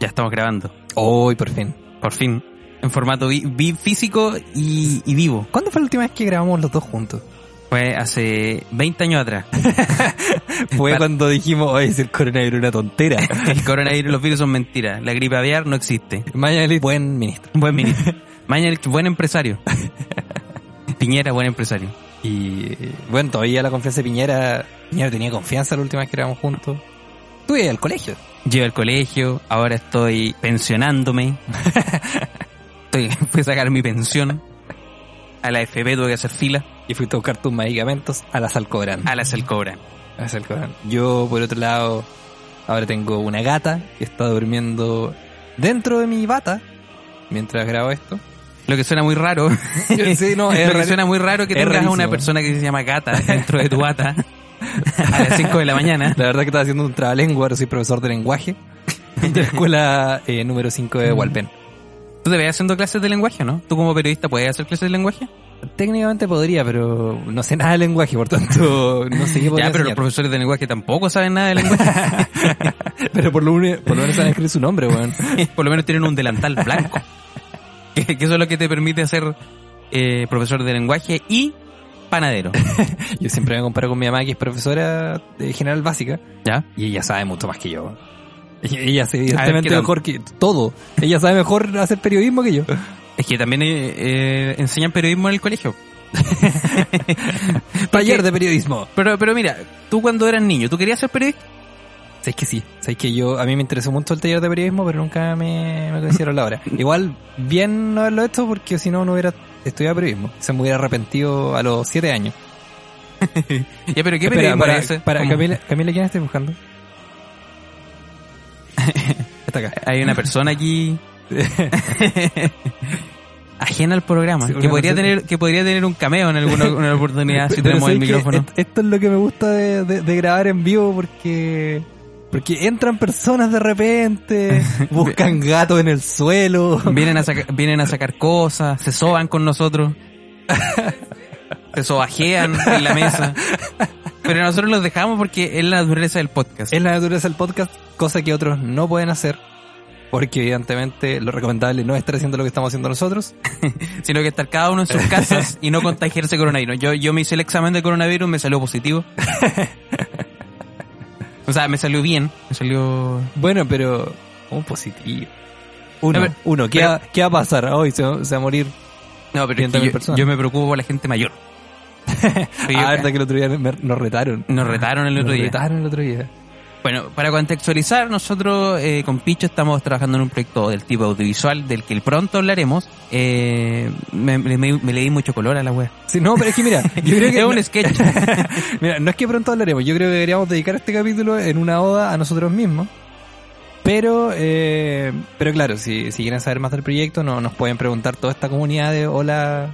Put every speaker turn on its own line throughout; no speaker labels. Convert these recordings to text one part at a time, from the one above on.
estamos grabando.
Hoy, por fin.
Por fin. En formato vi, vi- físico y, y vivo.
¿Cuándo fue la última vez que grabamos los dos juntos?
Fue hace 20 años atrás.
Fue
Para-
cuando dijimos, oye, es el coronavirus una tontera.
El coronavirus, los virus son mentiras. La gripe aviar no existe.
Mañana buen ministro.
Buen ministro. Mañana, buen empresario. Piñera, buen empresario.
Y eh, bueno, todavía la confianza de Piñera. Piñera tenía confianza la última vez que grabamos juntos. Tú ibas al colegio.
Llevo al colegio, ahora estoy pensionándome. Estoy, fui a sacar mi pensión. A la FP tuve que hacer fila.
Y fuiste a buscar tus medicamentos a la Salcobrán.
A la Salcobra.
A la Salcobrán. Yo, por otro lado, ahora tengo una gata que está durmiendo dentro de mi bata mientras grabo esto.
Lo que suena muy raro.
Sí, no,
Lo
es
que
raro.
suena muy raro que
es
tengas a una
rarísimo.
persona que se llama gata dentro de tu bata a las 5 de la mañana.
La verdad que estaba haciendo un trabalengua, ahora soy profesor de lenguaje de la escuela eh, número 5 de Walpen.
Tú te ves haciendo clases de lenguaje, ¿no? Tú como periodista puedes hacer clases de lenguaje.
Técnicamente podría, pero no sé nada de lenguaje, por tanto, no sé qué podría
ya, pero los
enseñar.
profesores de lenguaje tampoco saben nada de lenguaje.
Pero por lo, uni- por lo menos saben escribir su nombre, weón.
Por lo menos tienen un delantal blanco. Que, que eso es lo que te permite ser eh, profesor de lenguaje y panadero.
Yo siempre me comparo con mi mamá, que es profesora de general básica,
¿Ya?
y ella sabe mucho más que yo. Y- Ella sabe
¿qué
evidentemente
tal?
mejor que todo. Ella sabe mejor hacer periodismo que yo.
Es que también eh, eh, enseñan periodismo en el colegio.
Taller de periodismo.
Pero, pero mira, tú cuando eras niño, ¿tú querías ser periodista?
Sabes que sí, sabes que yo, a mí me interesó mucho el taller de periodismo, pero nunca me, me considero la hora. Igual, bien no haberlo hecho porque si no, no hubiera estudiado periodismo. Se me hubiera arrepentido a los siete años.
Ya, pero ¿qué
Espera,
periodismo
para,
era ese?
para,
¿Cómo?
Camila, Camila, ¿quién estás buscando? Está acá.
Hay una persona aquí ajena al programa
Sí,
que
una
podría
persona-
tener que podría tener un cameo en alguna en alguna oportunidad si
Pero
tenemos el
Ah, sabes que
micrófono.
est- Esto es lo que me gusta de, de- de grabar en vivo porque... Porque entran personas de repente, buscan gatos en el suelo.
Vienen a sacar vienen a sacar cosas, se soban con nosotros. se sobajean en la mesa. Pero nosotros los dejamos porque es la naturaleza del podcast.
Es la naturaleza del podcast, cosa que otros no pueden hacer. Porque evidentemente lo recomendable no es estar haciendo lo que estamos haciendo nosotros.
Sino que estar cada uno en sus casas y no contagiarse coronavirus. Yo, yo me hice el examen de coronavirus, me salió positivo. O sea, me salió bien, me salió
Bueno, pero un positivo. Uno,
No, pero-
uno. ¿Qué,
pero-
va, qué va a pasar? Hoy se, va- se va a morir.
No, pero es que
500.000
yo,
personas.
yo me preocupo por la gente mayor. Porque yo-
Ah, verdad que el otro día me- nos retaron.
eh, nos retaron el otro
nos
día.
retaron el otro día.
Bueno, para contextualizar, nosotros eh, con Picho estamos trabajando en un proyecto del tipo audiovisual del que pronto hablaremos. Eh, me, me- me- me le di mucho color a la wea.
Sí, no, pero es que mira, yo creo que...
es
no,
un sketch.
mira, no es que pronto hablaremos. Yo creo que deberíamos dedicar este capítulo en una oda a nosotros mismos. Pero, eh, pero claro, si, si quieren saber más del proyecto, no, nos pueden preguntar toda esta comunidad de hola,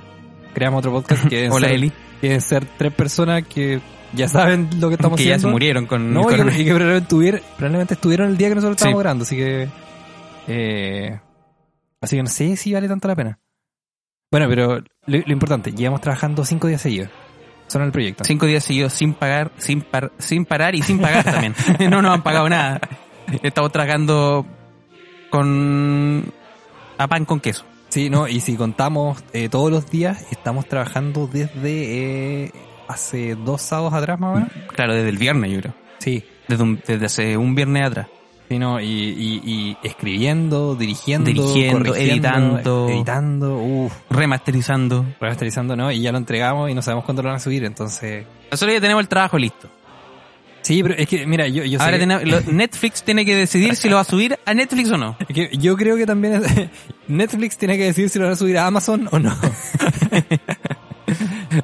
creamos otro podcast que deben
Hola
ser-
Eli.
que deben ser tres personas que ya saben lo que estamos
que ya se
haciendo.
murieron con
No, y
con-
que, y que probablemente, tuvier- probablemente estuvieron el día que nosotros
Mm, Sí.
estábamos grabando, así que. eh, así que no sé si vale tanto la pena. Bueno, pero lo, lo importante, llevamos trabajando cinco días seguidos. Son el proyecto.
cinco días seguidos sin pagar, sin par- sin parar y sin pagar también. no nos han pagado nada. Estamos tragando con a pan con queso.
Sí, no, y si contamos eh, todos los días, estamos trabajando desde eh, hace dos sábados atrás más o menos.
Claro, desde el viernes, yo creo.
Sí.
Desde, un- desde hace un viernes atrás.
Sí, no, y, y- y escribiendo, dirigiendo,
Dirigiendo,
corrigiendo,
editando.
editando, uff,
Remasterizando.
remasterizando, ¿no? Y ya lo entregamos y no sabemos cuándo lo van a subir, entonces...
Nosotros ya tenemos el trabajo listo.
Sí, pero es que, mira, yo, yo sé
Ahora
que-
tenemos- lo- Netflix tiene que decidir si lo va a subir a Netflix o no.
es que yo creo que también es- Netflix tiene que decidir si lo van a subir a Amazon o no.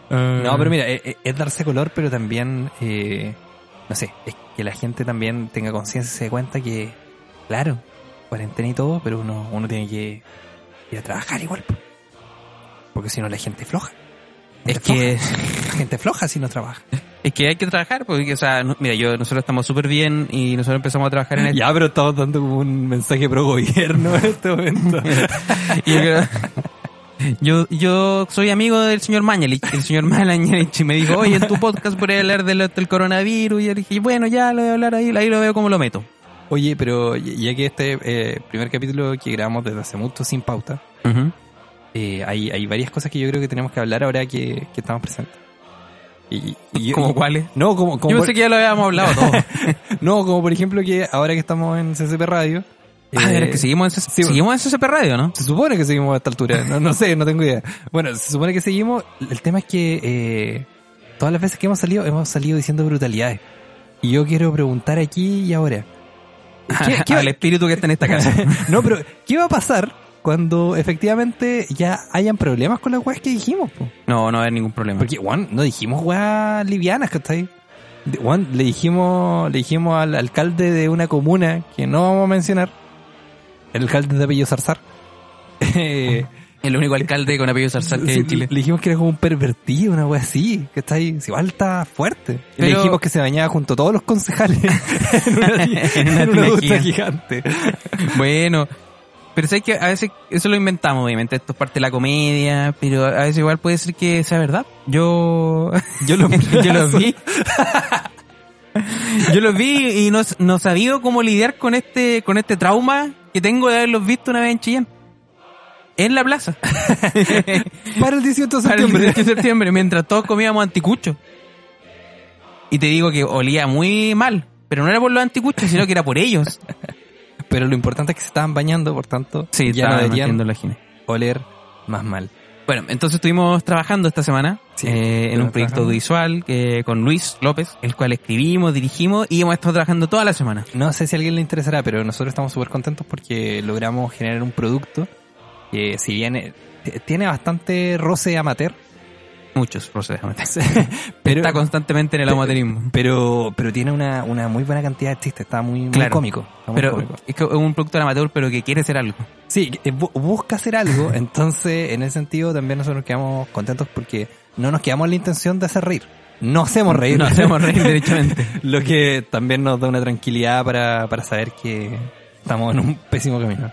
No, pero mira, es, es- es darse color, pero también, eh, no sé, es que la gente también tenga conciencia y se dé cuenta que, claro, cuarentena y todo, pero uno, uno tiene que ir a trabajar igual. po. Porque si no, la gente es floja. La
es
gente
que
floja. La gente es floja si no trabaja.
es que hay que trabajar porque o sea, no- mira, yo nosotros estamos súper bien y nosotros empezamos a trabajar en esto.
Ya, pero estamos dando como un mensaje pro gobierno en este momento.
Y yo creo- Yo, yo soy amigo del señor Mañalich. El señor Mañalich me dijo, oye, en tu podcast podría hablar del, del coronavirus. Y yo le dije, bueno, ya lo voy a hablar ahí, ahí lo veo como lo meto.
Oye, pero ya que este eh, primer capítulo que grabamos desde hace mucho sin pauta, eh, hay, hay varias cosas que yo creo que tenemos que hablar ahora que, que estamos presentes. Y, y- y-
¿Cómo cuáles?
No, como, como
Yo
por,
pensé que ya lo habíamos hablado todo.
no, como por ejemplo que ahora que estamos en CCP Radio,
Ah, de
eh,
veras que seguimos en,
sí,
seguimos en SCP Radio, ¿no?
se supone que seguimos a esta altura, no, no sé, no tengo idea. Bueno, se supone que seguimos, el tema es que eh, todas las veces que hemos salido, hemos salido diciendo brutalidades. Y yo quiero preguntar aquí y ahora. ¿Qué- qué-
Ah, Al espíritu que está en esta casa.
no, pero ¿qué va a pasar cuando efectivamente ya hayan problemas con las weas que dijimos? po?
No, no va a haber ningún problema.
Porque, Juan, no dijimos weas livianas, ¿cachai? De- Juan, le dijimos, le dijimos al alcalde de una comuna que no vamos a mencionar, el alcalde de Apellido Zarzar. eh,
El único alcalde con apellido Zarzar que hay en Chile.
Le dijimos que era como un pervertido, una wea así, que está ahí, si igual está fuerte. Y Le
Pero-
dijimos que se bañaba junto a todos los concejales en una,
En una
en una ducha
tinajina.
gigante.
Bueno, pero sé que a veces eso lo inventamos, obviamente. Esto es parte de la comedia, pero a veces igual puede ser que sea verdad. Yo,
Yo lo,
yo los vi. Yo los vi y no, no sabía cómo lidiar con este, con este trauma que tengo de haberlos visto una vez en Chillán. En la plaza.
Para el 18 de
Para el
septiembre.
18 de septiembre, mientras todos comíamos anticucho. Y te digo que olía muy mal, pero no era por los anticuchos, sino que era por ellos.
Pero lo importante es que se estaban bañando, por tanto,
Sí,
ya no deberían
la gine.
oler más mal.
Bueno, entonces estuvimos trabajando esta semana
Sí,
eh, en un proyecto
estuvimos trabajando.
audiovisual que, con Luis López, el cual escribimos, dirigimos y hemos estado trabajando toda la semana.
No sé si a alguien le interesará, pero nosotros estamos súper contentos porque logramos generar un producto que, si bien eh, t- tiene bastante roce amateur,
Muchos procesos amateurs.
pero,
Está constantemente en el amateurismo.
pero, pero tiene una, una muy buena cantidad de chistes, está muy, muy
Claro.
cómico. está muy
Pero
cómico.
es que es un producto del amateur, pero que quiere ser algo.
Sí, eh, bu- busca hacer algo, entonces en ese sentido también nosotros quedamos contentos porque no nos quedamos en la intención de hacer reír. No hacemos reír.
Nos hacemos reír derechamente.
Lo que también nos da una tranquilidad para, para saber que estamos en un pésimo camino.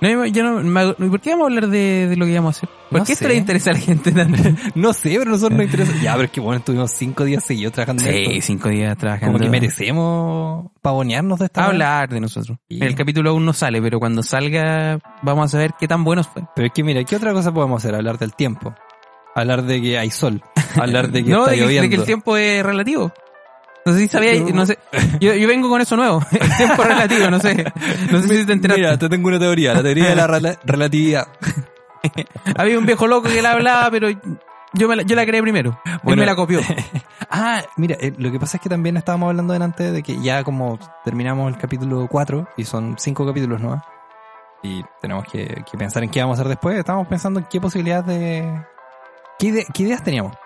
No, yo no, me hago- ¿Por qué vamos a hablar de, de lo que íbamos a hacer? ¿Por
No
qué esto
sé.
le interesa a la gente tanto?
No sé, pero nosotros nos interesa. Ya, pero es que bueno, estuvimos cinco días seguidos trabajando. en
Sí, pues.
esto.
cinco días trabajando.
Como que merecemos pavonearnos de esta manera.
hablar de nosotros.
Sí.
El capítulo aún no sale, pero cuando salga vamos a saber qué tan buenos fue.
Pero es que mira, ¿qué otra cosa podemos hacer? Hablar del tiempo. Hablar de que hay sol. Hablar de que
no,
está
de que, de
lloviendo.
que el tiempo es relativo. No sé si sabía,
Yo-
no sé. Yo, yo vengo con eso nuevo. El tiempo es relativo, no sé. No sé si te enteraste.
Mira, te tengo una teoría, la teoría de la rela- relatividad.
Había un viejo loco que la hablaba, pero yo, me la, yo la creé primero. Él
Bueno.
me la copió.
Ah, mira, eh, lo que pasa es que también estábamos hablando delante de que ya como terminamos el capítulo 4 y son 5 capítulos, ¿no? Y tenemos que, que pensar en qué vamos a hacer después. Estábamos pensando en qué posibilidades de... ¿Qué, ide- qué ideas teníamos?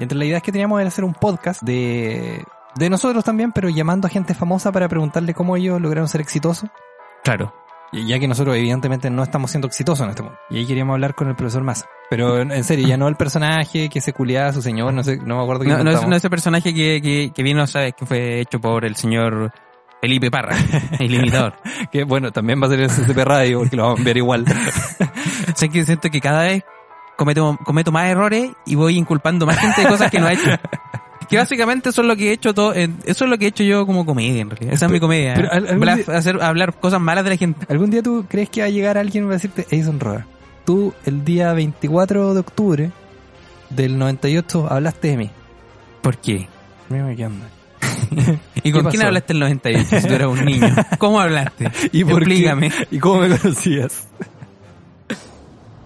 Y entre las ideas que teníamos era hacer un podcast de, de nosotros también, pero llamando a gente famosa para preguntarle cómo ellos lograron ser exitosos.
Claro.
Y ya que nosotros evidentemente no estamos siendo exitosos en este mundo. Y ahí queríamos hablar con el profesor Massa. Pero en en serio, ya no el personaje que se culiaba a su señor, no sé, no me acuerdo qué
No, no es,
inventamos.
no ese personaje que, que, que vino, sabes, que fue hecho por el señor Felipe Parra, el imitador.
Que bueno, también va a ser el CCP Radio porque lo vamos a enviar igual.
sé que siento que cada vez cometo, cometo más errores y voy inculpando más gente de cosas que no he hecho. Que básicamente eso es lo que he hecho todo, eh, eso es lo que he hecho yo como comedia en realidad. Esa es mi comedia.
pero al- algún
Hablar-
día-
hacer, hablar cosas malas de la gente.
¿Algún día tú crees que va a llegar alguien y va a decirte, Edison Roa, tú el día 24 de octubre del 98 hablaste de mí?
¿Por qué?
Mira, ¿qué onda?
¿Y con
pasó?
quién hablaste el 98 si tú eras un niño? ¿Cómo hablaste?
¿Y por qué?
Explícame.
¿Y cómo me conocías?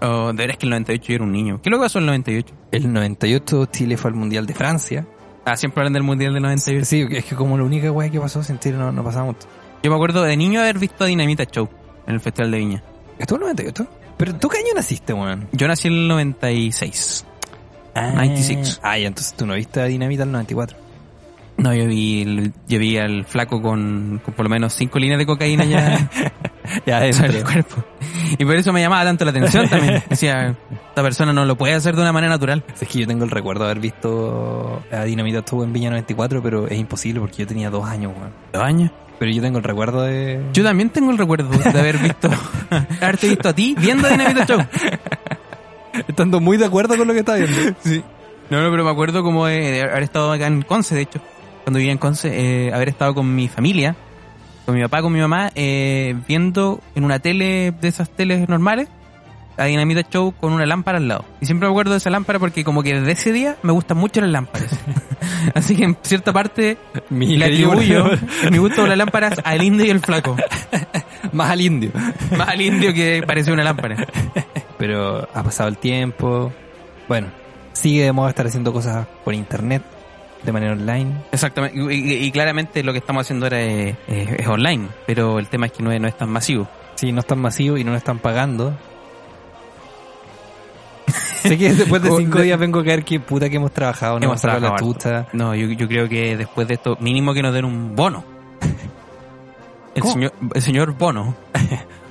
Oh, de veras que el 98 yo era un niño. ¿Qué lo pasó en el 98?
El 98 Chile fue al Mundial de Francia.
Ah, siempre hablan del Mundial del 98.
Sí, es que como la única weá que pasó, sin Chile no, no pasaba mucho.
Yo me acuerdo de niño haber visto a Dinamita Show en el Festival de Viña.
¿Estuvo el 98? ¿Pero tú qué año naciste, weón?
Yo nací en el 96.
Ah,
96.
Ah, ya, entonces tú no viste a Dinamita el 94.
No, yo vi, el- yo vi al flaco con, con por lo menos cinco líneas de cocaína ya
Ya,
en el cuerpo. Y por eso me llamaba tanto la atención también. Decía, esta persona no lo puede hacer de una manera natural.
Es que yo tengo el recuerdo de haber visto a Dinamita estuvo en Viña 94, pero es imposible porque yo tenía dos años, weón.
Dos años.
Pero yo tengo el recuerdo de...
Yo también tengo el recuerdo de haber visto, de haberte visto a ti viendo Dinamita Show.
estando muy de acuerdo con lo que está viendo. sí.
eh, No, no, pero me acuerdo como de, de haber estado acá en Conce, de hecho. cuando vivía en Conce, eh, haber estado con mi familia, con mi papá, con mi mamá, eh, viendo en una tele de esas teles normales a Dinamita Show con una lámpara al lado. Y siempre me acuerdo de esa lámpara porque como que desde ese día me gustan mucho las lámparas. Así que en cierta parte
Mi
le
querido
atribuyo
Bruno,
mi gusto por las lámparas al indio y al flaco.
más al indio.
Más al indio que pareció una lámpara.
Pero ha pasado el tiempo. Bueno, sigue de moda estar haciendo cosas por internet, de manera online.
Exactamente. Y, y- y claramente lo que estamos haciendo ahora es, es- es online, pero el tema es que no es, no es tan masivo.
Sí, no están masivos y no nos están pagando. sé que después de cinco días vengo a caer que puta que hemos trabajado, no
Hemos
hemos sacado la
trabajado
tuta.
No, yo, yo creo que después de esto, mínimo que nos den un bono. El,
¿Cómo?
señor, el señor Bono.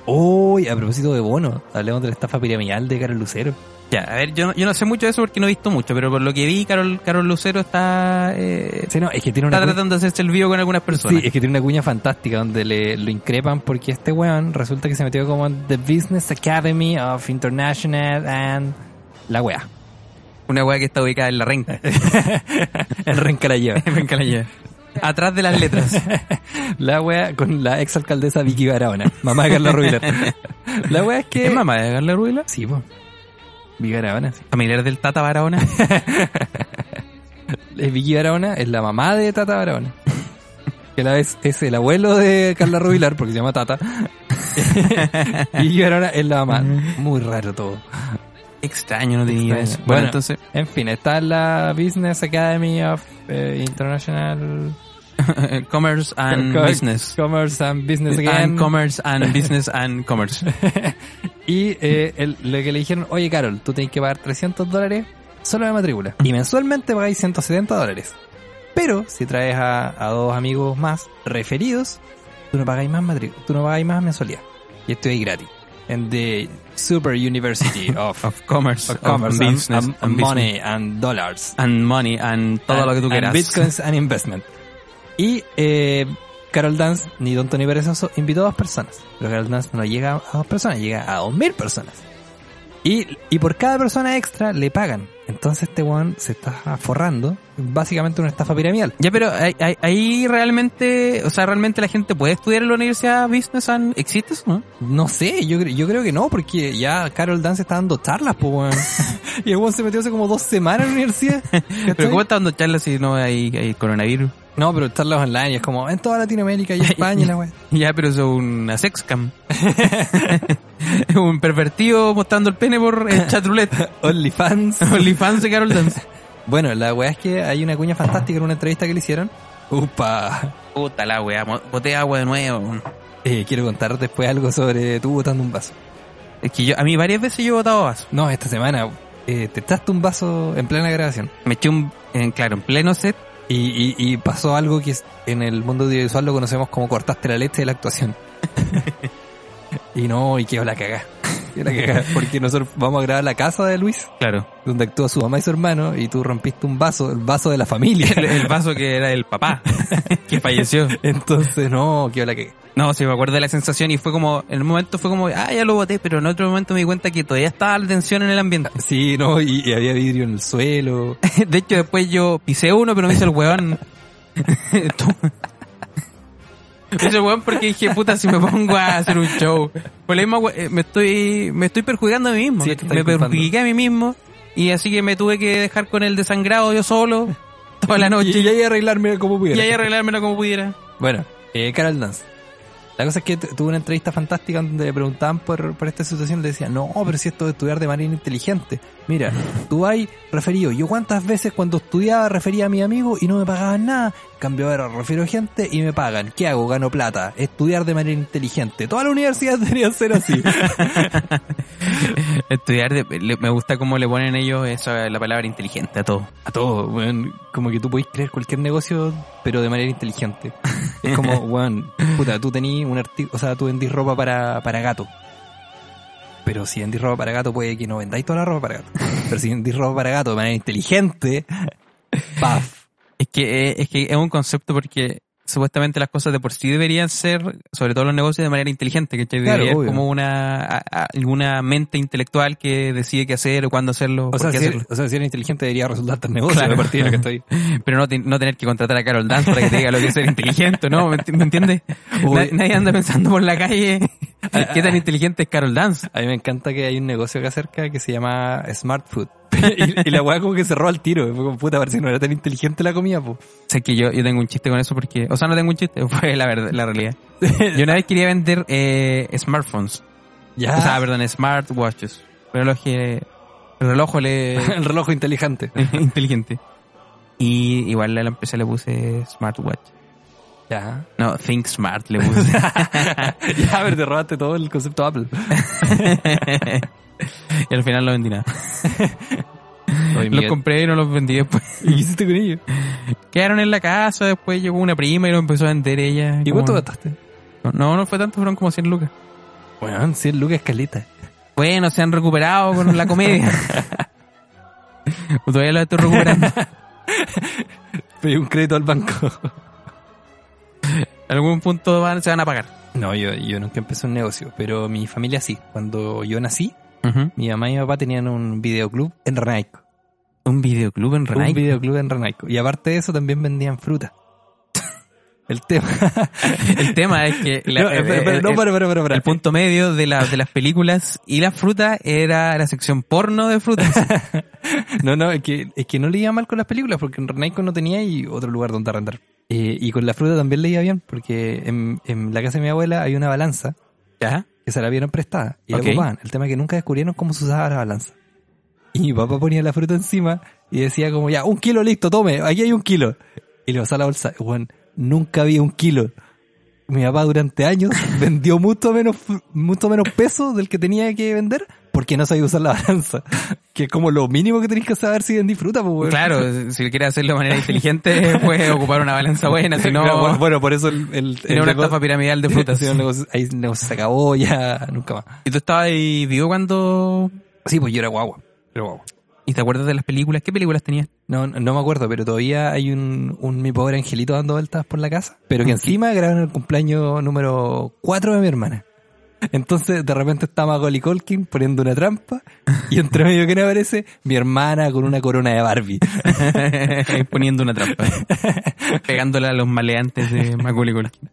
Uy, a propósito de bono, hablemos de la estafa piramidal de Carol Lucero.
Ya, a ver, yo, no- yo no sé mucho de eso porque no he visto mucho, pero por lo que vi, Carol, Carol Lucero está, eh,
Sí, no, es que tiene una
está
cuña,
tratando de hacerse el vivo con algunas
sí,
personas.
es que tiene una cuña fantástica donde le lo increpan porque este weón resulta que se metió como en The Business Academy of International and la weá.
Una weá que está ubicada en la renca.
El Rencarayó.
Renca la lleva. Atrás de las letras.
La wea con la ex alcaldesa Vicky Barahona, mamá de Carla Rubilar. La wea es que.
¿Es mamá de Carla Ruila?
Sí, po. Vicky Barahona, sí.
Familiar del Tata Barahona.
Eh, Vicky Barahona es la mamá de Tata Barahona. Que a la vez es el abuelo de Carla Rubilar, porque se llama Tata. Vicky Barahona es la mamá. Muy raro todo.
Extraño, no tenía idea de eso.
Extraño.
Bueno,
Bueno.
entonces,
En fin, está la Business Academy of eh, International
eh, Commerce and
Co-
Business.
Commerce and Business Academy.
And Commerce and Business and Commerce.
Y eh, el- lo que le dijeron, oye Carol, tú tenés que pagar 300 dólares solo de matrícula. Y mensualmente pagáis 170 dólares. Pero si traes a, a dos amigos más referidos, tú no pagáis más matrícula, tú no pagáis más mensualidad. Y esto es gratis. En the Super University of,
Of Commerce,
of Commerce
and
and-
Business
and
and
Money
business,
and Dollars.
and Money and todo
And-
lo que tú
and
quieras.
Bitcoins and Investment. Y eh, Carol Dance, ni tonto ni perezoso, invitó a dos personas. Pero Carol Dance no llega a dos personas, llega a dos mil personas. Y, y por cada persona extra le pagan. Entonces este one se está forrando. Básicamente una estafa piramidal.
Ya, pero ahí- ahí ahí realmente, o sea, realmente la gente puede estudiar en la universidad Business and ¿existe eso, no?
No sé, yo, cre- yo creo que no, porque ya Carol Dance está dando charlas, pues weón. y el one se metió hace como dos semanas en la universidad. ¿cachai?
Pero ¿cómo está dando charlas si no hay, hay coronavirus?
No, pero charlas online y es como en toda Latinoamérica y España, la wea.
Ya, pero eso es una sexcam. Es un pervertido mostrando el pene por el chat roulette.
OnlyFans.
OnlyFans de Carol Dance.
Bueno, la weá es que hay una cuña fantástica en una entrevista que le hicieron. Upa.
Puta la weá, mo- boté agua de nuevo.
Eh, quiero contar después algo sobre tú botando un vaso.
Es que yo, a mí varias veces yo he botado vaso.
No, esta semana eh, te echaste un vaso en plena grabación.
Me eché un, en- claro, en pleno set.
Y, y- y pasó algo que es- en el mundo audiovisual lo conocemos como cortaste la leche de la actuación. y no, y quedó la cagá. Quedó la cagá, Porque nosotros vamos a grabar la casa de Luis,
Claro.
donde actúa su mamá y su hermano, y tú rompiste un vaso, el vaso de la familia.
El, el vaso que era el papá, que falleció.
Entonces, no, quedó la cagá.
No, sí, me acuerdo de la sensación y fue como, en un momento fue como, ah, ya lo boté, pero en otro momento me di cuenta que todavía estaba la tensión en el ambiente.
Sí, no, y- y había vidrio en el suelo.
De hecho, después yo pisé uno, pero me hice el huevón. me hice el huevón porque dije, puta, si me pongo a hacer un show. Por la misma hue- eh, me estoy, me estoy perjudicando a mí mismo.
Sí,
me
te estás culpando.
perjudiqué a mí mismo. Y así que me tuve que dejar con el desangrado yo solo, toda la noche.
Y, y ahí arreglarme como
Y
pudiera.
ahí arreglármelo como pudiera.
Bueno, eh, Carol Dance. La cosa es que tu- tuvo una entrevista fantástica donde le preguntaban por, por esta situación. Le decían, no, pero si esto de estudiar de manera inteligente. Mira, tú hay referido. Yo cuántas veces cuando estudiaba refería a mi amigo y no me pagaban nada. En Cambio ahora refiero gente y me pagan. ¿Qué hago? Gano plata. Estudiar de manera inteligente. Toda la universidad debería ser así.
Estudiar, de- le- me gusta cómo le ponen ellos esa, la palabra inteligente a todo.
a todo, weón. Como que tú podés crear cualquier negocio, pero de manera inteligente. Es como, weón, puta, tú tení un artículo, o sea, tú vendís ropa para, para gato. Pero si vendís ropa para gato, puede que no vendáis toda la ropa para gato. Pero si vendís ropa para gato de manera inteligente, paf.
Es que, eh, es que es un concepto porque supuestamente las cosas de por sí deberían ser, sobre todo los negocios, de manera inteligente, que
Claro,
debería haber
obvio.
como una a- a- alguna mente intelectual que decide qué hacer o cuándo hacerlo,
O
por
sea,
qué
si
hacerlo.
eres, o sea, si eres inteligente debería resultar tan negocio
Claro.
a partir de lo que estoy.
Pero no, te- no tener que contratar a Carol Dance para que te diga lo que es ser inteligente, ¿no? ¿Me, enti- me entiendes?
Uy.
Na- nadie anda pensando por la calle qué tan inteligente es Carol Dance.
A mí me encanta que hay un negocio acá cerca que se llama Smart Food. y, y la weá como que cerró al tiro. Fue como puta, parece que no era tan inteligente la comida, po.
Sé que yo, yo tengo un chiste con eso porque, o sea, no tengo un chiste, fue la verdad, la realidad. Yo una vez quería vender eh, smartphones,
Ya.
o sea, perdón, smartwatches, reloj, reloj
el reloj inteligente.
inteligente. Y igual a la empresa le puse smartwatch.
Ya.
No, Think Smart le puse.
ya, a ver, te robaste todo el concepto Apple.
y al final no vendí nada.
Oye,
Los
Miguel,
compré y no los vendí después.
¿Y qué hiciste con ello?
Quedaron en la casa, después llegó una prima y lo empezó a vender ella.
¿Y
como-
cuánto gastaste?
No, no fue tanto, fueron como 100 lucas.
Bueno, 100 lucas caleta.
Bueno, se han recuperado con la comedia. Todavía la estoy recuperando.
Pedí un crédito al banco.
Algún punto van- se van a pagar.
No, yo, yo nunca empecé un negocio, pero mi familia sí. Cuando yo nací, mi mamá y mi papá tenían un videoclub en Renaico.
Un videoclub en
Un
Renaico.
videoclub en Renaico. Y aparte de eso, también vendían fruta. El tema.
El tema es que la-
no,
el,
espera, espera,
el-
no,
el-
para, para, para, para.
el punto medio de, la- de las películas y la fruta era la sección porno de frutas.
No, no, es que, es que no le iba mal con las películas, porque en Renaico no tenía y otro lugar donde arrendar. Eh, y con la fruta también le iba bien, porque en, en la casa de mi abuela hay una balanza
¿Ya?
que se la vieron prestada y
Ok.
la ocupaban. El tema es que nunca descubrieron cómo se usaba la balanza. Y mi papá ponía la fruta encima y decía como, ya, un kilo listo, tome, aquí hay un kilo. Y le pasaba la bolsa. Bueno, nunca había un kilo. Mi papá durante años vendió mucho menos, fru- mucho menos peso del que tenía que vender porque no sabía usar la balanza. Que es como lo mínimo que tenés que saber si vendí fruta, pues, weón.
Claro, si quieres hacerlo de manera inteligente, puedes ocupar una balanza buena, si no,
Claro, bueno, bueno, por eso el, el, el
tiene una
negocio-
estafa piramidal de frutas.
el negocio- ahí el negocio se acabó ya, nunca más.
¿Y tú estabas ahí vivo cuando...
Sí, pues yo era guagua. Era guagua.
¿Y te acuerdas de las películas? ¿Qué películas tenías?
No, no no me acuerdo, pero todavía hay un, un Mi Pobre Angelito dando vueltas por la casa. Pero que encima grabaron el cumpleaños número 4 de mi hermana. Entonces, de repente está Macaulay Culkin poniendo una trampa y entre medio que no aparece, mi hermana con una corona de Barbie.
Poniendo una trampa. Pegándola a los maleantes de Macaulay Culkin.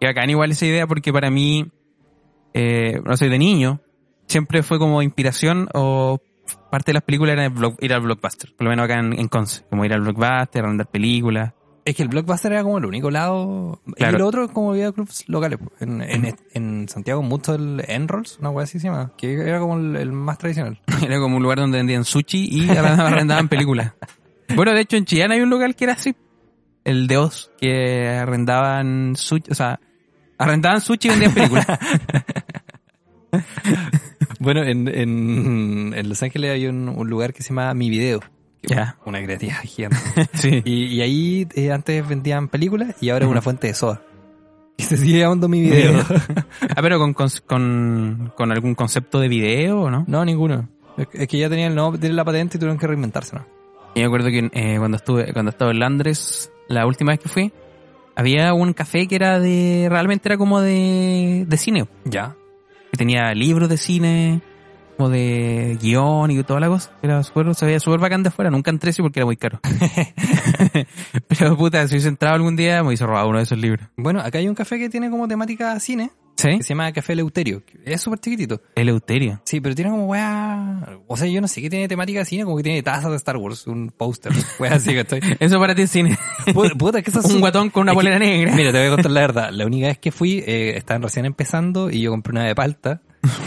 Y bacán igual esa idea porque para mí, eh, no sé, de niño, siempre fue como inspiración o parte de las películas era el block- ir al blockbuster. Por lo menos acá en, en Conce. Como ir al blockbuster, arrendar películas.
Es que el Blockbuster era como el único lado.
Claro.
Y lo otro es como videoclubs locales. po. En, en, en Santiago mucho el Enrolls, una cosa así se llama, que era como el- el más tradicional.
Era como un lugar donde vendían sushi y arrendaban películas. Bueno, de hecho en Chillán hay un lugar que era así. El de Oz, que arrendaban sushi, o sea, arrendaban sushi y vendían películas.
Bueno, en, en, en Los Ángeles hay un, un lugar que se llama Mi Video. que
Ya.
Una creatividad gigante.
sí.
Y, y ahí eh, antes vendían películas y ahora es una
Ujú.
fuente de soda. Y se sigue llamando Mi Video.
Ah, pero con, con, con, con algún concepto de video, ¿o ¿no?
no, ninguno. Es, es que ya tenían, no, tenían la patente y tuvieron que reinventarse, ¿no?
Yo me acuerdo que eh, cuando estuve cuando estaba en Londres, la última vez que fui, había un café que era de, realmente era como de, de cine.
Ya.
que tenía libros de cine, como de guión y toda la cosa. Era súper, se veía súper bacán de afuera. Nunca entré sí porque era muy caro. Pero puta, si hubiese entrado algún día me hubiese robado uno de esos libros.
Bueno, acá hay un café que tiene como temática cine,
¿Sí?
que se llama Café Leuterio. que Es súper chiquitito.
Eleuterio.
Sí, pero tiene como weá. O sea, yo no sé qué tiene temática de cine, como que tiene tazas de Star Wars, un póster. Weá, así que estoy.
Eso para ti es cine.
Puta, Puta, que esas
Un
son-
guatón con una
Es que-
polera negra.
Mira, te voy a contar la verdad. La única vez que fui, eh, estaban recién empezando y yo compré una de palta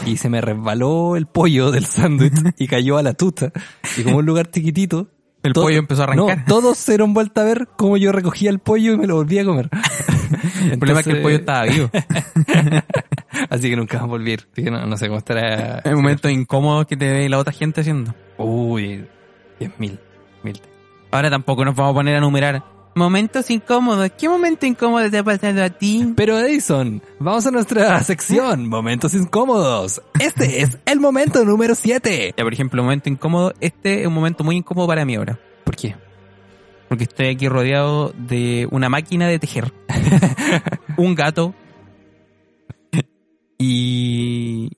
y se me resbaló el pollo del sándwich y cayó a la tuta. Y como un lugar chiquitito.
El
todo-
pollo empezó a arrancar.
No, todos se dieron vuelta a ver cómo yo recogía el pollo y me lo volví a comer.
el problema es que el pollo estaba vivo.
Así que nunca más volví. a ir. Así que no, no sé cómo estará.
Hay momentos incómodos que te ve la otra gente haciendo.
Uy, 10.000. mil.
Ahora tampoco nos vamos a poner a enumerar. Momentos incómodos. ¿Qué momento incómodo te ha pasado a ti?
Pero Edison, vamos a nuestra sección, momentos incómodos. Este es el momento número 7.
Ya, por ejemplo, momento incómodo. Este es un momento muy incómodo para mí ahora.
¿Por qué?
porque estoy aquí rodeado de una máquina de tejer, un gato y...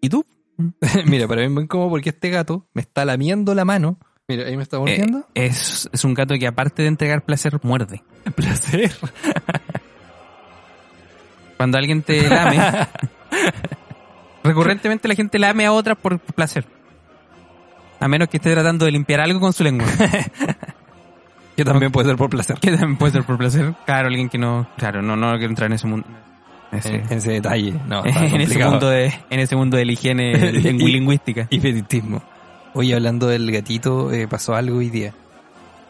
¿Y tú?
Mira, para mí es muy cómodo porque este gato me está lamiendo la mano. Mira, ahí me está mordiendo.
Eh, es, es un gato que aparte de entregar placer, muerde.
placer.
Cuando alguien te lame, recurrentemente la gente lame a otras por placer. A menos que esté tratando de limpiar algo con su lengua.
Que también puede ser por placer.
que también puede ser por placer. Claro, alguien que no... Claro, no, no quiero entrar en ese mundo. en ese-
En ese detalle. No, está
en, ese
complicado.
mundo de, en ese mundo de la higiene lingü- lingüística.
Y fetitismo. Oye, hablando del gatito, eh, pasó algo hoy día.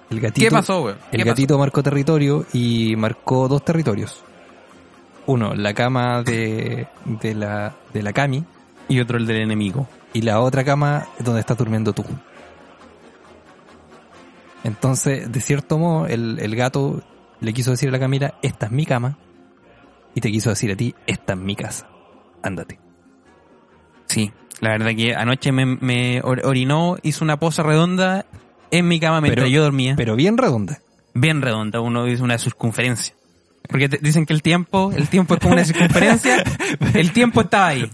El gatito,
¿Qué pasó, güey?
El gatito marcó territorio y marcó dos territorios. Uno, la cama de, de la, de la Cami
Y otro el del enemigo.
y la otra cama donde estás durmiendo tú. Entonces, de cierto modo, el, el gato le quiso decir a la Camila, esta es mi cama. Y te quiso decir a ti, esta es mi casa. Ándate.
Sí, la verdad que anoche me, me or- orinó, hizo una poza redonda en mi cama mientras
Pero-
yo dormía.
Pero bien redonda.
Bien redonda, uno hizo una circunferencia. Porque te- dicen que el tiempo, el tiempo es como una circunferencia, el tiempo estaba ahí.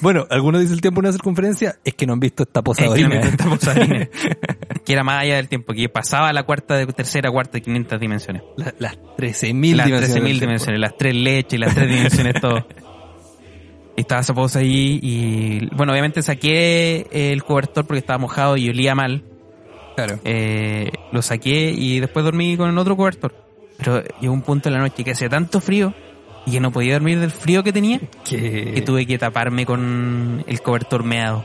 Bueno, algunos dicen el tiempo de una circunferencia, es que no han visto esta
Es
posada.
que, no me cuenta posadina. ¿eh? Que era más allá del tiempo, que pasaba la cuarta, de- tercera, cuarta y quinientas dimensiones.
La- las 13.000
las 13.000
dimensiones. del tiempo.
dimensiones, las tres leches, las tres dimensiones, todo. Y estaba esa posa ahí y, bueno, obviamente saqué el cobertor porque estaba mojado y olía mal.
Claro.
Eh, lo saqué y después dormí con el otro cobertor. Pero llegó un punto en la noche que hacía tanto frío y que no podía dormir del frío que tenía
Que,
que tuve que taparme con el cobertor meado.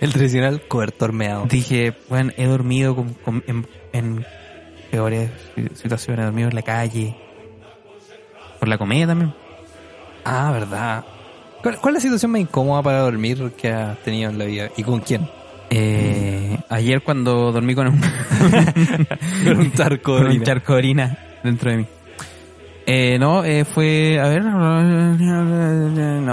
el tradicional cobertor meado.
Dije, bueno, he dormido con- con- en, en peores situaciones, he dormido en la calle, por la comida también.
Ah, verdad. ¿Cuál, cuál es la situación más incómoda para dormir que has tenido en la vida? ¿Y con quién?
Eh, ayer cuando dormí con un,
Con un charco de
con un
orina.
charco de orina dentro de mí. Eh, no, eh, fue, a ver, no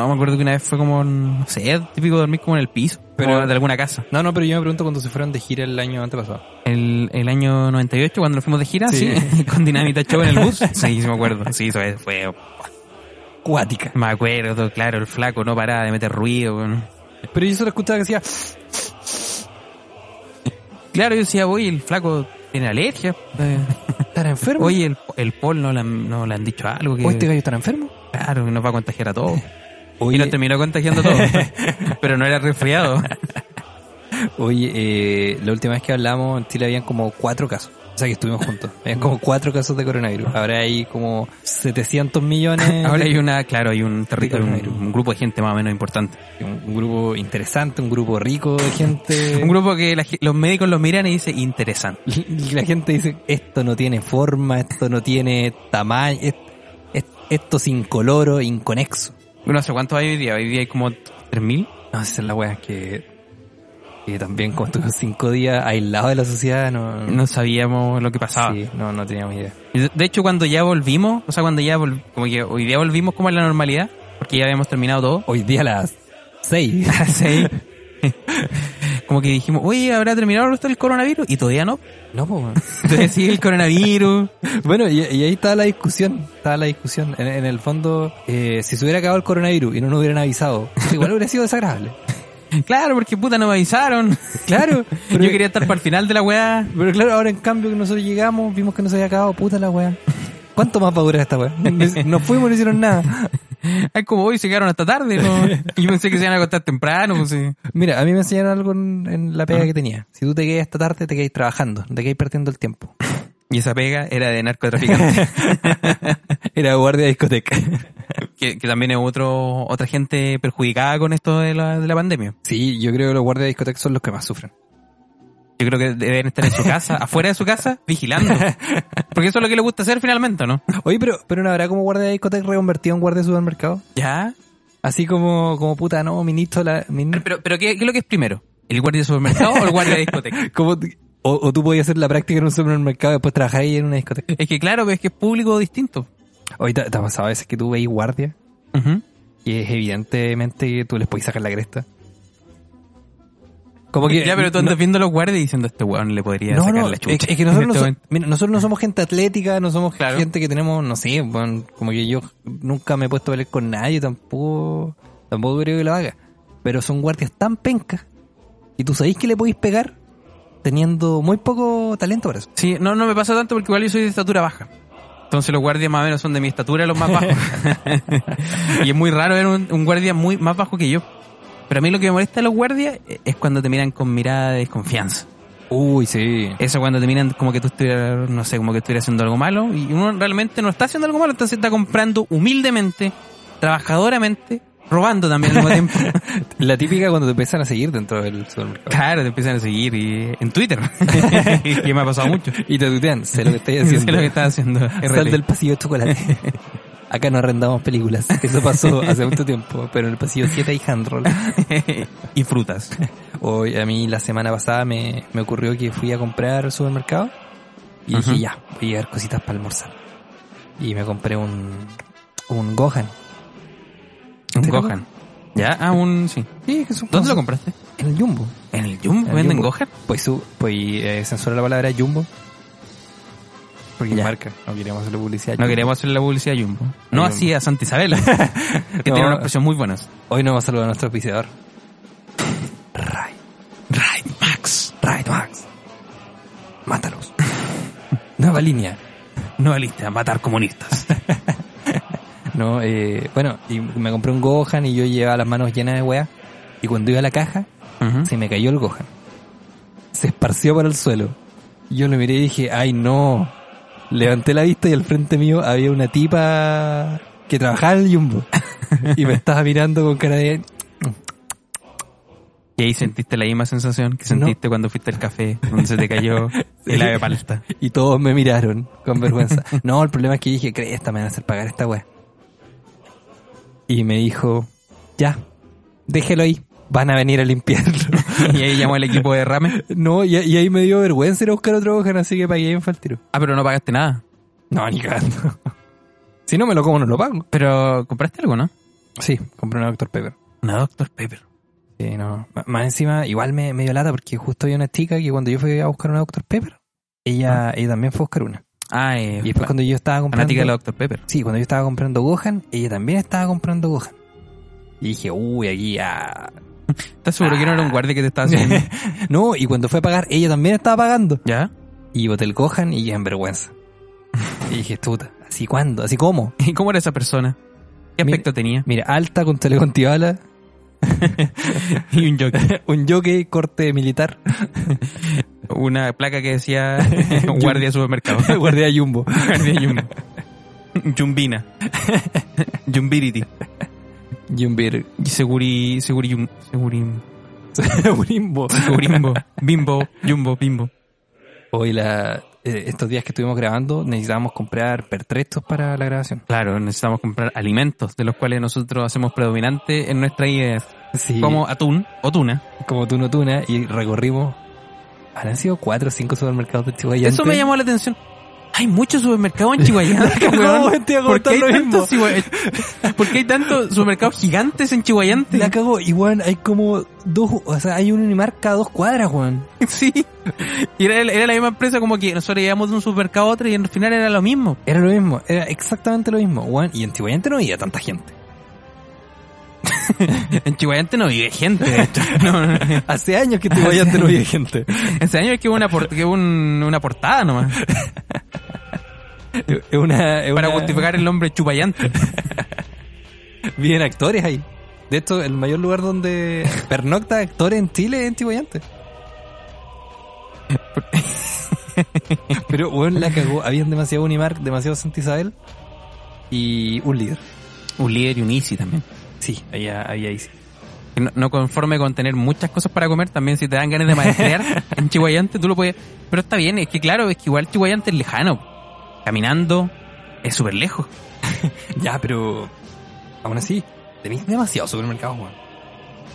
me acuerdo que una vez fue como, no sé, típico dormir como en el piso,
Pero-
pero de alguna casa.
No, no, pero yo me pregunto cuando se fueron de gira el año antepasado.
El, el año 98 cuando nos fuimos de gira,
Sí.
sí, con Dinamita Show en el bus. Sí, sí me acuerdo, sí, eso es, fue,
Cuática.
me acuerdo, claro, el flaco no paraba de meter ruido. weón.
Pero yo solo escuchaba que decía,
Claro, yo decía, oye, el flaco tiene alergia.
¿estará enfermo?
Oye, el, el Paul no le, han, no le han dicho algo que...
¿O este gallo estará enfermo?
Claro, que nos va a contagiar a todos.
Oye,
Y nos terminó contagiando a todos. Pero no era resfriado.
Oye, eh, la última vez que hablamos en Chile habían como cuatro casos. O sea que estuvimos juntos. Habían como cuatro casos de coronavirus. Ahora hay como 700 millones.
Ahora hay una, claro, hay un territorio, un,
coronavirus.
un grupo de gente más o menos importante.
un, un grupo interesante, un grupo rico de gente.
Un grupo que la ge- los médicos los miran y dicen, interesante.
Y la gente dice, esto no tiene forma, esto no tiene tamaño, es- es- esto es incoloro, inconexo.
Bueno, no sé cuántos hay hoy día. Hoy día hay como 3.000.
No, esa es la wea que, que también como estuvimos cinco días aislados de la sociedad, no,
No sabíamos lo que pasaba.
sí, no, no teníamos idea.
Y De de hecho, cuando ya volvimos, o sea, cuando ya vol- como que hoy día volvimos como a la normalidad, porque ya habíamos terminado todo.
Hoy día a las seis.
Sí. como que dijimos, oye, ¿habrá terminado esto el coronavirus? Y todavía no.
no, po, weón.
Entonces sí, el coronavirus.
Bueno, y, y ahí estaba la discusión, estaba la discusión. En, en el fondo, eh, si se hubiera acabado el coronavirus y no nos hubieran avisado, igual hubiera sido desagradable.
Claro, porque puta no me avisaron.
Claro, pero-
Yo quería estar para el final de la weá.
Pero claro, ahora en cambio que nosotros llegamos, vimos que no se había acabado, puta la weá. ¿Cuánto más va a durar esta weá? Nos fuimos y no hicieron nada.
Es como hoy se quedaron hasta tarde. ¿no? Yo pensé que se iban a acostar temprano. Pues, sí.
Mira, a mí me enseñaron algo en, en la pega que tenía. Si tú te quedas esta tarde, te quedas trabajando, no te quedas perdiendo el tiempo.
Y esa pega era de narcotraficante,
Era guardia de discoteca.
que, que también es otro, otra gente perjudicada con esto de la, de la pandemia.
Sí, yo creo que los guardias de discoteca son los que más sufren.
Yo creo que deben estar en su casa, afuera de su casa, vigilando. Porque eso es lo que les gusta hacer finalmente, ¿no?
Oye, pero, pero ¿no habrá como guardia de discoteca reconvertido en guardia de supermercado?
Ya.
Así como, como puta, no, ministro, la, ministro.
Pero, pero ¿qué, qué es lo que es primero? ¿El guardia de supermercado o el guardia de discoteca?
Como, o, o tú podías hacer la práctica en un supermercado y después trabajar ahí en una discoteca.
Es que claro, es que es público distinto.
Oye, ¿te, te ha pasado a veces que tú veis guardia?
Ujú.
Y es evidentemente que tú les podés sacar la cresta. Como que,
ya, pero tú andas viendo a los guardias diciendo a este weón le podría
no,
sacar
no,
la
es,
chucha.
es que
en este
nosotros, no, so-
momento.
mira, nosotros no somos gente atlética, no somos
Claro.
gente que tenemos, no sé, bueno, como que yo nunca me he puesto a pelear con nadie, tampoco, tampoco creo que lo haga. Pero son guardias tan pencas y tú sabéis que le podéis pegar teniendo muy poco talento para eso.
Sí, no, no me pasa tanto porque igual yo soy de estatura baja. Entonces los guardias más o menos son de mi estatura los más bajos. y es muy raro ver un, un guardia muy más bajo que yo. Pero a mí lo que me molesta de los guardias es cuando te miran con mirada de desconfianza.
Uy, sí.
Eso cuando te miran como que tú estuvieras, no sé, como que estuvieras haciendo algo malo y uno realmente no está haciendo algo malo, entonces está comprando humildemente, trabajadoramente, robando también al mismo tiempo.
La típica cuando te empiezan a seguir dentro del supermercado.
claro, te empiezan a seguir y, en Twitter, que me ha pasado mucho.
Y te tutean, sé lo que estáis
Eso
haciendo.
es lo que estaba haciendo.
Sal
RT.
del pasillo de chocolate. Acá no arrendamos películas. Eso pasó hace mucho tiempo, pero en el pasillo 7 hay handroll.
y frutas.
Hoy, a mí la semana pasada me, me ocurrió que fui a comprar al supermercado y
Ujú.
dije, ya, voy a llevar cositas para almorzar. Y me compré un, un Gohan.
Un
¿Te
Gohan. ¿Ya? Ah, un... Sí.
Sí, que es un
¿Dónde lo
Gohan.
compraste?
En el Jumbo.
¿En el Jumbo?
En el
¿Venden
Jumbo.
Gohan?
Pues, su- pues eh, censura la palabra Jumbo. Porque
Ya.
marca, no queríamos hacerle publicidad. a
No
Jumbo.
queremos hacer la publicidad a Jumbo. No
Jumbo.
así a Santa Isabel, que
No.
tiene unos precios muy buenos.
Hoy nos va a saludar nuestro auspiciador. Ray.
Right, Max.
Ray Max. Mátalos. Nueva línea.
No lista, matar comunistas.
No, eh, bueno, y me compré un Gohan y yo llevaba las manos llenas de weá. Y cuando iba a la caja,
Ujú.
se me cayó el Gohan. Se esparció para el suelo. Yo lo miré y dije, ay no. Levanté la vista y al frente mío había una tipa que trabajaba en el Jumbo. y me estaba mirando con cara de...
Y ahí sentiste la misma sensación que sentiste cuando fuiste al café, donde se te cayó el ave palta.
Y todos me miraron con vergüenza. No, el problema es que dije, cresta, me van a hacer pagar esta weá. Y me dijo, ya, déjelo ahí, van a venir a limpiarlo.
Y ahí llamó el equipo de Rame.
no, y, y ahí me dio vergüenza ir a buscar otro Gohan, así que pagué en faltiro.
Ah, pero no pagaste nada.
No, ni cagando. si no me lo como, no lo pago.
Pero compraste algo, ¿no?
Sí, compré una Dr. Pepper.
No, Doctor Pepper.
Sí, no. M- Más encima, igual me, me dio lata porque justo había una chica que cuando yo fui a buscar una Dr. Pepper, ella, ella también fue a buscar una.
Ah, eh,
Y después cuando yo estaba comprando...
fanática de la Doctor Pepper.
Sí, cuando yo estaba comprando Gohan, ella también estaba comprando Gohan. Y dije, uy, aquí ah.
¿Estás seguro que no era un guardia que te estaba haciendo?
No, y cuando fue a pagar, ella también estaba pagando.
¿Ya?
Y boté el Gohan y en vergüenza. Y dije, puta, ¿así cuándo? ¿Así cómo?
¿Y cómo era esa persona? ¿Qué
Mira-
aspecto tenía?
Mira, alta con telecontibala,
Y un jockey.
un jockey, corte militar,
Una placa que decía guardia de supermercado.
guardia jumbo.
guardia Jumbo. Jumbina. Jumbirity.
Jumbir.
Y Seguri... Seguri... Jum- Segurim...
un imbo.
Segurimbo. Bimbo. Jumbo. Bimbo.
Hoy la, eh, estos días que estuvimos grabando necesitábamos comprar pertrestos para la grabación.
Claro, necesitamos comprar alimentos de los cuales nosotros hacemos predominante en nuestra idea,
Sí.
como atún o tuna.
como tú no tuna y recorrimos han sido cuatro o cinco supermercados de Chihuahua
Eso me llamó la atención. Hay muchos supermercados en Chihuayán.
cagó, te iba a
¿Por qué
comentar
hay
lo mismo.
tantos Chihuay- ¿Por qué hay tantos supermercados gigantes en Chihuayán?
la cago y weón hay como dos o sea hay un Unimark cada dos cuadras weón
Sí. Y era, era la misma empresa como que nosotros íbamos de un supermercado a otro y al final era lo mismo.
era lo mismo era exactamente lo mismo weón y en Chihuahua no había tanta gente
En Chihuayán no vive gente, de hecho. No, no.
hace años que en Chihuahua no había gente
Ese año es que hubo una, por- que hubo un- una portada nomás.
es una es
Para
una-
justificar el nombre Chupayante.
viven actores ahí de hecho el mayor lugar donde pernocta actores en Chile es en Chihuahua pero weón la cagó habían demasiado Unimark demasiado Santa Isabel y un líder
Un líder y un easy también.
Sí, había, había ahí sí.
Que No, no conforme con tener muchas cosas para comer, también si te dan ganas de maestrear en Chihuayante, tú lo puedes. Pero está bien, es que claro, es que igual Chihuayante es lejano. Caminando es súper lejos.
Ya, pero aún así, tenéis demasiados supermercados, weón.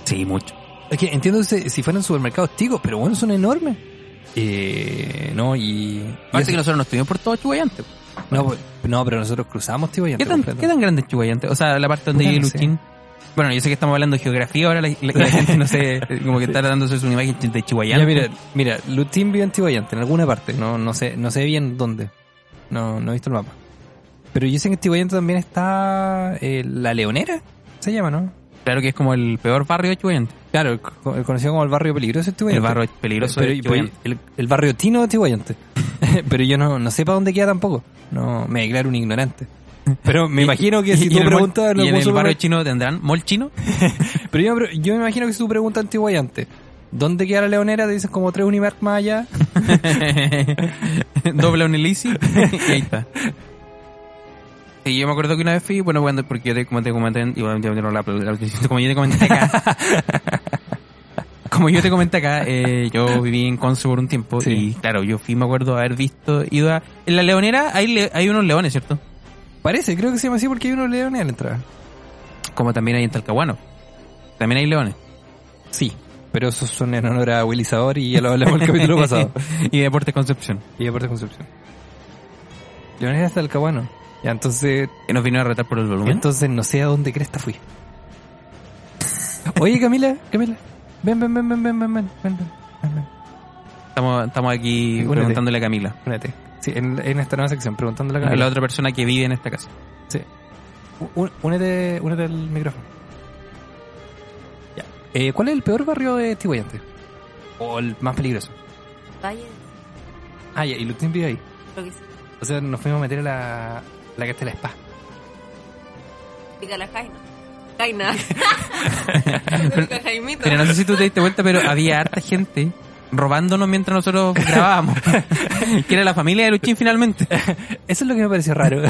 Sí, mucho.
Es que entiendo si, si fueran supermercados chicos, pero bueno, son enormes. Eh, no, y... y
Aparte
eso-
que nosotros no estuvimos por todo Chihuayante.
no, pues, no, pero nosotros cruzamos, tío, y
¿Qué tan,
antes
¿Qué tan grande es Chihuayante? O sea, la parte donde
Puta,
vive
no sé.
Luchín. Bueno, yo sé que estamos hablando de geografía ahora, la, la- la gente no sé, como que está tratando de hacerse una imagen de Chihuahua.
Ya, mira, mira, Lutín vive en Tihuayante, en alguna parte, no, no sé, no sé bien dónde. No, no he visto el mapa. Pero yo sé que en Tihuayante también está eh, la Leonera, se llama, ¿no?
Claro que es como el peor barrio de Chihuahua.
Claro, el co- el conocido como el barrio peligroso de Tihuayante.
El barrio peligroso
Pero-
de
pero-
Chihuahua.
el, el barrio tino de Tihuayante. pero yo no, no sé para dónde queda tampoco. No, me declaro un ignorante. Pero me imagino que si
Y
tú
en el mall-
preguntas en
¿Y en
algún
el barrio
supermercado-
chino tendrán mall chino?
Pero yo, me pre- yo me imagino que si tú preguntas en Tihuayante, ¿dónde queda la Leonera? Te dicen como tres Unimark más allá.
Dobla un elisi y ahí está. Y yo me acuerdo que una vez fui, bueno, cuando, porque yo te, como te comenté, en- y bueno, yo no la- la- como yo te comenté acá, como yo te comenté acá, eh, yo viví en Conce por un tiempo
Sí.
y claro, yo fui, me acuerdo haber visto, ido a, en la leonera hay, le- hay unos leones, ¿cierto?
Parece, creo que se llama así porque hay una Leonera en la entrada.
Como también hay en Talcahuano, también hay leones.
Sí, pero esos son en honor a Willy Sabor y ya lo hablamos el capítulo pasado.
y Deportes Concepción,
Y Deportes Concepción. Leonera hasta el Cabuano. Ya, entonces,
que nos vino a retar por el volumen.
entonces no sé a dónde cresta fui. Oye, Camila, Camila. Ven, ven, ven, ven, ven, ven, ven, ven, ven, ven, ven.
Estamos, estamos aquí
Únete.
preguntándole a Camila,
Únete. Sí, en, en esta nueva sección, preguntándole a
a la
Camila.
otra persona que vive en esta casa.
U- un- Únete, únete al micrófono. Ya. Eh, ¿Cuál es el peor barrio de Tihuayante? O el más peligroso.
Valle,
Ah, ya, y Lutín vive ahí.
creo que sí.
O sea, nos fuimos a meter a la, la que está en la spa.
Diga la Jaina. Jaina. Diga Jaimito.
Pero no sé si tú te diste cuenta, pero había harta gente robándonos mientras nosotros grabábamos. que era la familia de Luchín finalmente.
Eso es lo que me pareció raro.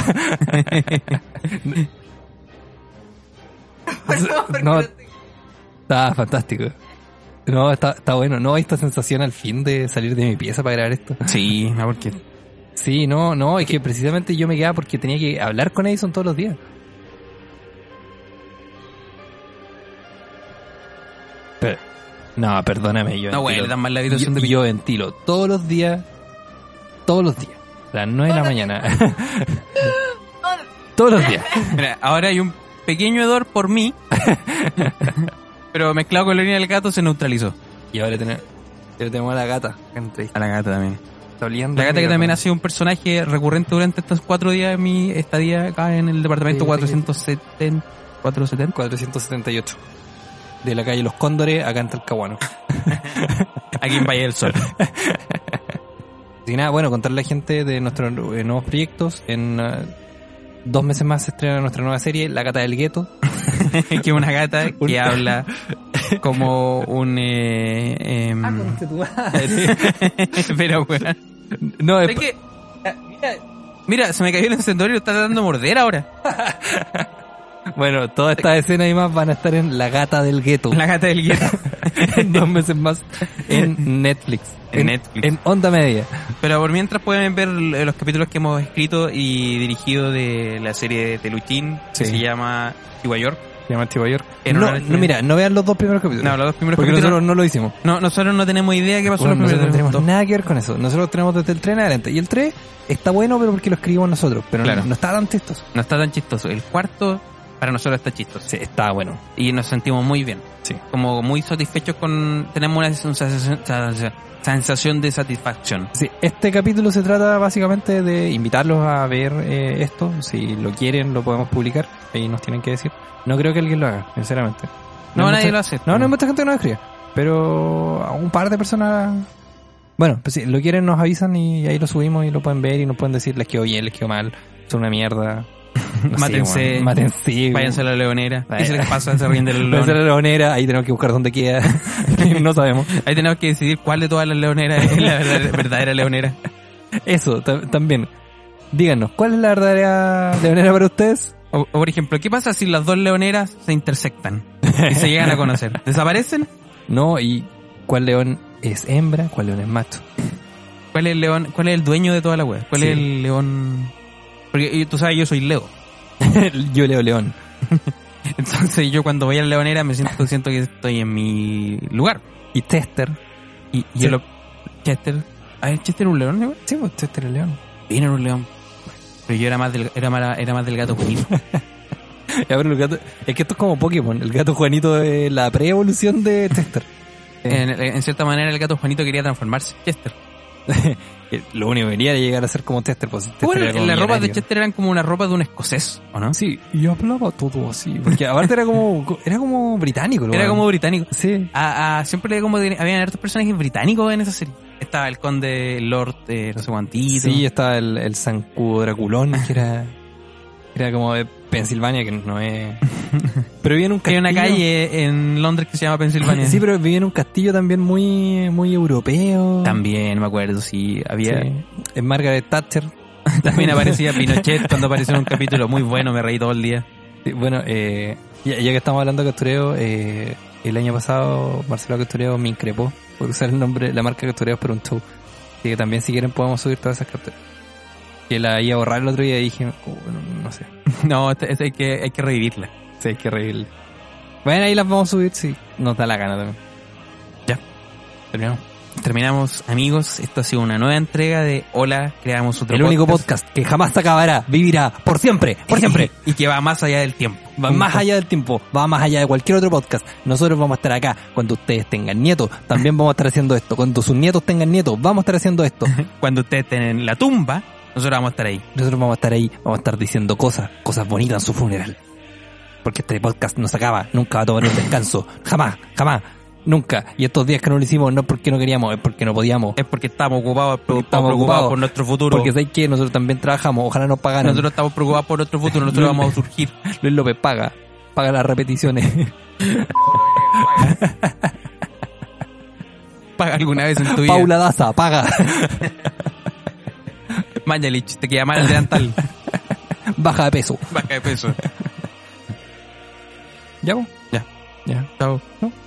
Perdón, porque
no.
no te-
está fantástico. No, está, está bueno. No, esta sensación al fin de salir de mi pieza para grabar esto.
Sí, no, porque
Sí, no, no, es que precisamente yo me quedaba porque tenía que hablar con Edison todos los días. Pero- no, perdóname, yo
no,
ventilo-
bueno, tan mal la
yo,
habitación de
yo ventilo todos los días, todos los días, a las 9 de la mañana, todos los días.
Mira, ahora hay un pequeño hedor por mí. pero mezclado con la orina del gato se neutralizó.
Y ahora tenemos, pero tenemos a la gata. Gente,
A la gata también. pues.
está oliendo
La
el
gata que
micrófono.
también ha sido un personaje recurrente durante estos cuatro días de mi estadía acá en el departamento
Sí, yo sé que-
470. 470.
478. De la calle Los Cóndores, acá en Talcahuano.
Aquí en Valle del Sol.
Así nada, bueno, contarle a la gente de nuestros eh, nuevos proyectos. En eh, dos meses más se estrena nuestra nueva serie, La Gata del Gueto.
que es una gata que habla como un eh, em,
Ah,
pero bueno
no, es, eh,
mira, mira se me cayó el encendedor y lo está dando a morder ahora
bueno, todas estas escenas y más van a estar en La Gata del Gueto.
la gata del guía
En dos meses más en Netflix.
En Netflix.
En Onda Media.
pero por mientras pueden ver l- los capítulos que hemos escrito y dirigido de la serie de Teluchín que
Sí.
se llama York En
No,
una-
no, mira, no vean los dos primeros capítulos.
no los dos primeros
porque
capítulos
nosotros no lo hicimos.
no nosotros no tenemos idea qué pasó en
Bueno,
los
nosotros no
primeros
tenemos
dos.
nada que ver con eso. Nosotros tenemos desde el 3 en adelante. Y el 3 está bueno, pero porque lo escribimos nosotros. Pero
Claro.
no, no está tan textos.
no está tan chistoso el cuarto para nosotros está chistoso
Sí, está bueno.
y nos sentimos muy bien.
Sí.
Como muy satisfechos con... Tenemos una sensación, sensación- sensación de satisfacción.
Sí, este capítulo se trata básicamente de invitarlos a ver eh, esto. Si lo quieren, lo podemos publicar. Ahí nos tienen que decir. No creo que alguien lo haga, sinceramente.
No,
hay
nadie
mucha-
lo Mm. hace.
No, no hay mucha gente que nos escribe. Pero a un par de personas. Bueno, pues si lo quieren, nos avisan y ahí lo subimos y lo pueden ver y nos pueden decir les quedó bien, les quedó mal, son una mierda. No sé,
Mátense.
weón. Mátense.
Váyanse a la leonera. ¿Qué se les pasa? Se ríen de la
Puede ser
leonera.
la leonera, ahí tenemos que buscar dónde queda. no sabemos.
Ahí tenemos que decidir cuál de todas las leoneras es la verdadera, verdadera leonera.
Eso, ta- también. Díganos, ¿cuál es la verdadera leonera para ustedes?
O, o, por ejemplo, ¿qué pasa si las dos leoneras se intersectan? Y se llegan a conocer. ¿Desaparecen?
No, y ¿cuál león es hembra? ¿Cuál león es macho?
¿Cuál es el león? ¿Cuál es el dueño de toda la web? ¿Cuál
Sí.
es el león? Porque eh, tú sabes, yo soy Leo.
Yo leo león.
Entonces yo cuando voy a la leonera me siento, siento que estoy en mi lugar.
Y Tester.
Y, y
Sí.
el o- Chester. A ver, Chester era un león, igual.
Sí, pues Tester es león.
Bien era un león. Pero yo era más del, era más, era más del gato que él.
Ya, pero el gato- es que esto es como Pokémon. El gato Juanito es la pre-evolución de Tester.
En, en cierta manera, el gato Juanito quería transformarse en Chester.
Eh, Lo único que quería era llegar a ser como Tester. Pues, Tester
Bueno,
era como
las ropas de
millonario.
Chester eran como una ropa de un escocés, ¿o no?
Sí, y hablaba todo así. Porque aparte era como, era como británico. lo
Era
weón.
como británico.
Sí.
A- a- siempre como que habían hartos personajes británicos en esa serie. Estaba el conde, el lord, eh, no sé cuantito.
Sí, estaba el, el zancudo Draculón, que era, era como de Pensilvania, que no es... Pero vivía en un
Hay
castillo.
una calle en Londres que se llama Pensilvania.
Sí, pero vivía en un castillo también muy, muy europeo.
También, me acuerdo, sí. Había,
Sí. Es Margaret Thatcher.
También aparecía Pinochet cuando apareció en un capítulo muy bueno, me reí todo el día.
Sí, Bueno, eh, ya, ya que estamos hablando de Castureo, eh, el año pasado Marcelo Castureo me increpó por usar el nombre, la marca Castureo por un show. Así que también si quieren podemos subir todas esas carteras. Que la iba a borrar el otro día y dije, "Oh, no, no sé,
No, este- este hay, que, hay que revivirla.
sí, hay que reírle. Bueno, ahí las vamos a subir si nos da la gana también.
Ya.
Terminamos.
Terminamos, amigos. Esto ha sido una nueva entrega de Hola, creamos otro
el
podcast.
único podcast que jamás se acabará, vivirá por siempre, por siempre.
y que va más allá del tiempo.
Va más allá del tiempo, va más allá de cualquier otro podcast. Nosotros vamos a estar acá cuando ustedes tengan nietos. También vamos a estar haciendo esto. Cuando sus nietos tengan nietos, vamos a estar haciendo esto.
Cuando ustedes estén en la tumba, nosotros vamos a estar ahí.
Nosotros vamos a estar ahí, vamos a estar diciendo cosas, cosas bonitas en su funeral. Porque este podcast no se acaba, nunca va a tomar un descanso. Jamás, jamás, nunca. Y estos días que no lo hicimos no es porque no queríamos, es porque no podíamos.
Es porque estamos ocupados,
Porque
estamos
estamos
preocupados
ocupados.
por nuestro futuro.
Porque sabéis que nosotros también trabajamos, ojalá nos pagaran.
nosotros estamos preocupados por nuestro futuro, nosotros vamos a surgir.
Luis López paga, paga las repeticiones.
Paga alguna vez en tu vida.
Paula Daza, paga.
Mañalich, te queda mal el delantal.
Baja de peso.
Baja de peso.
Ya, vos?
Ya.
Ya.
Chao.
No,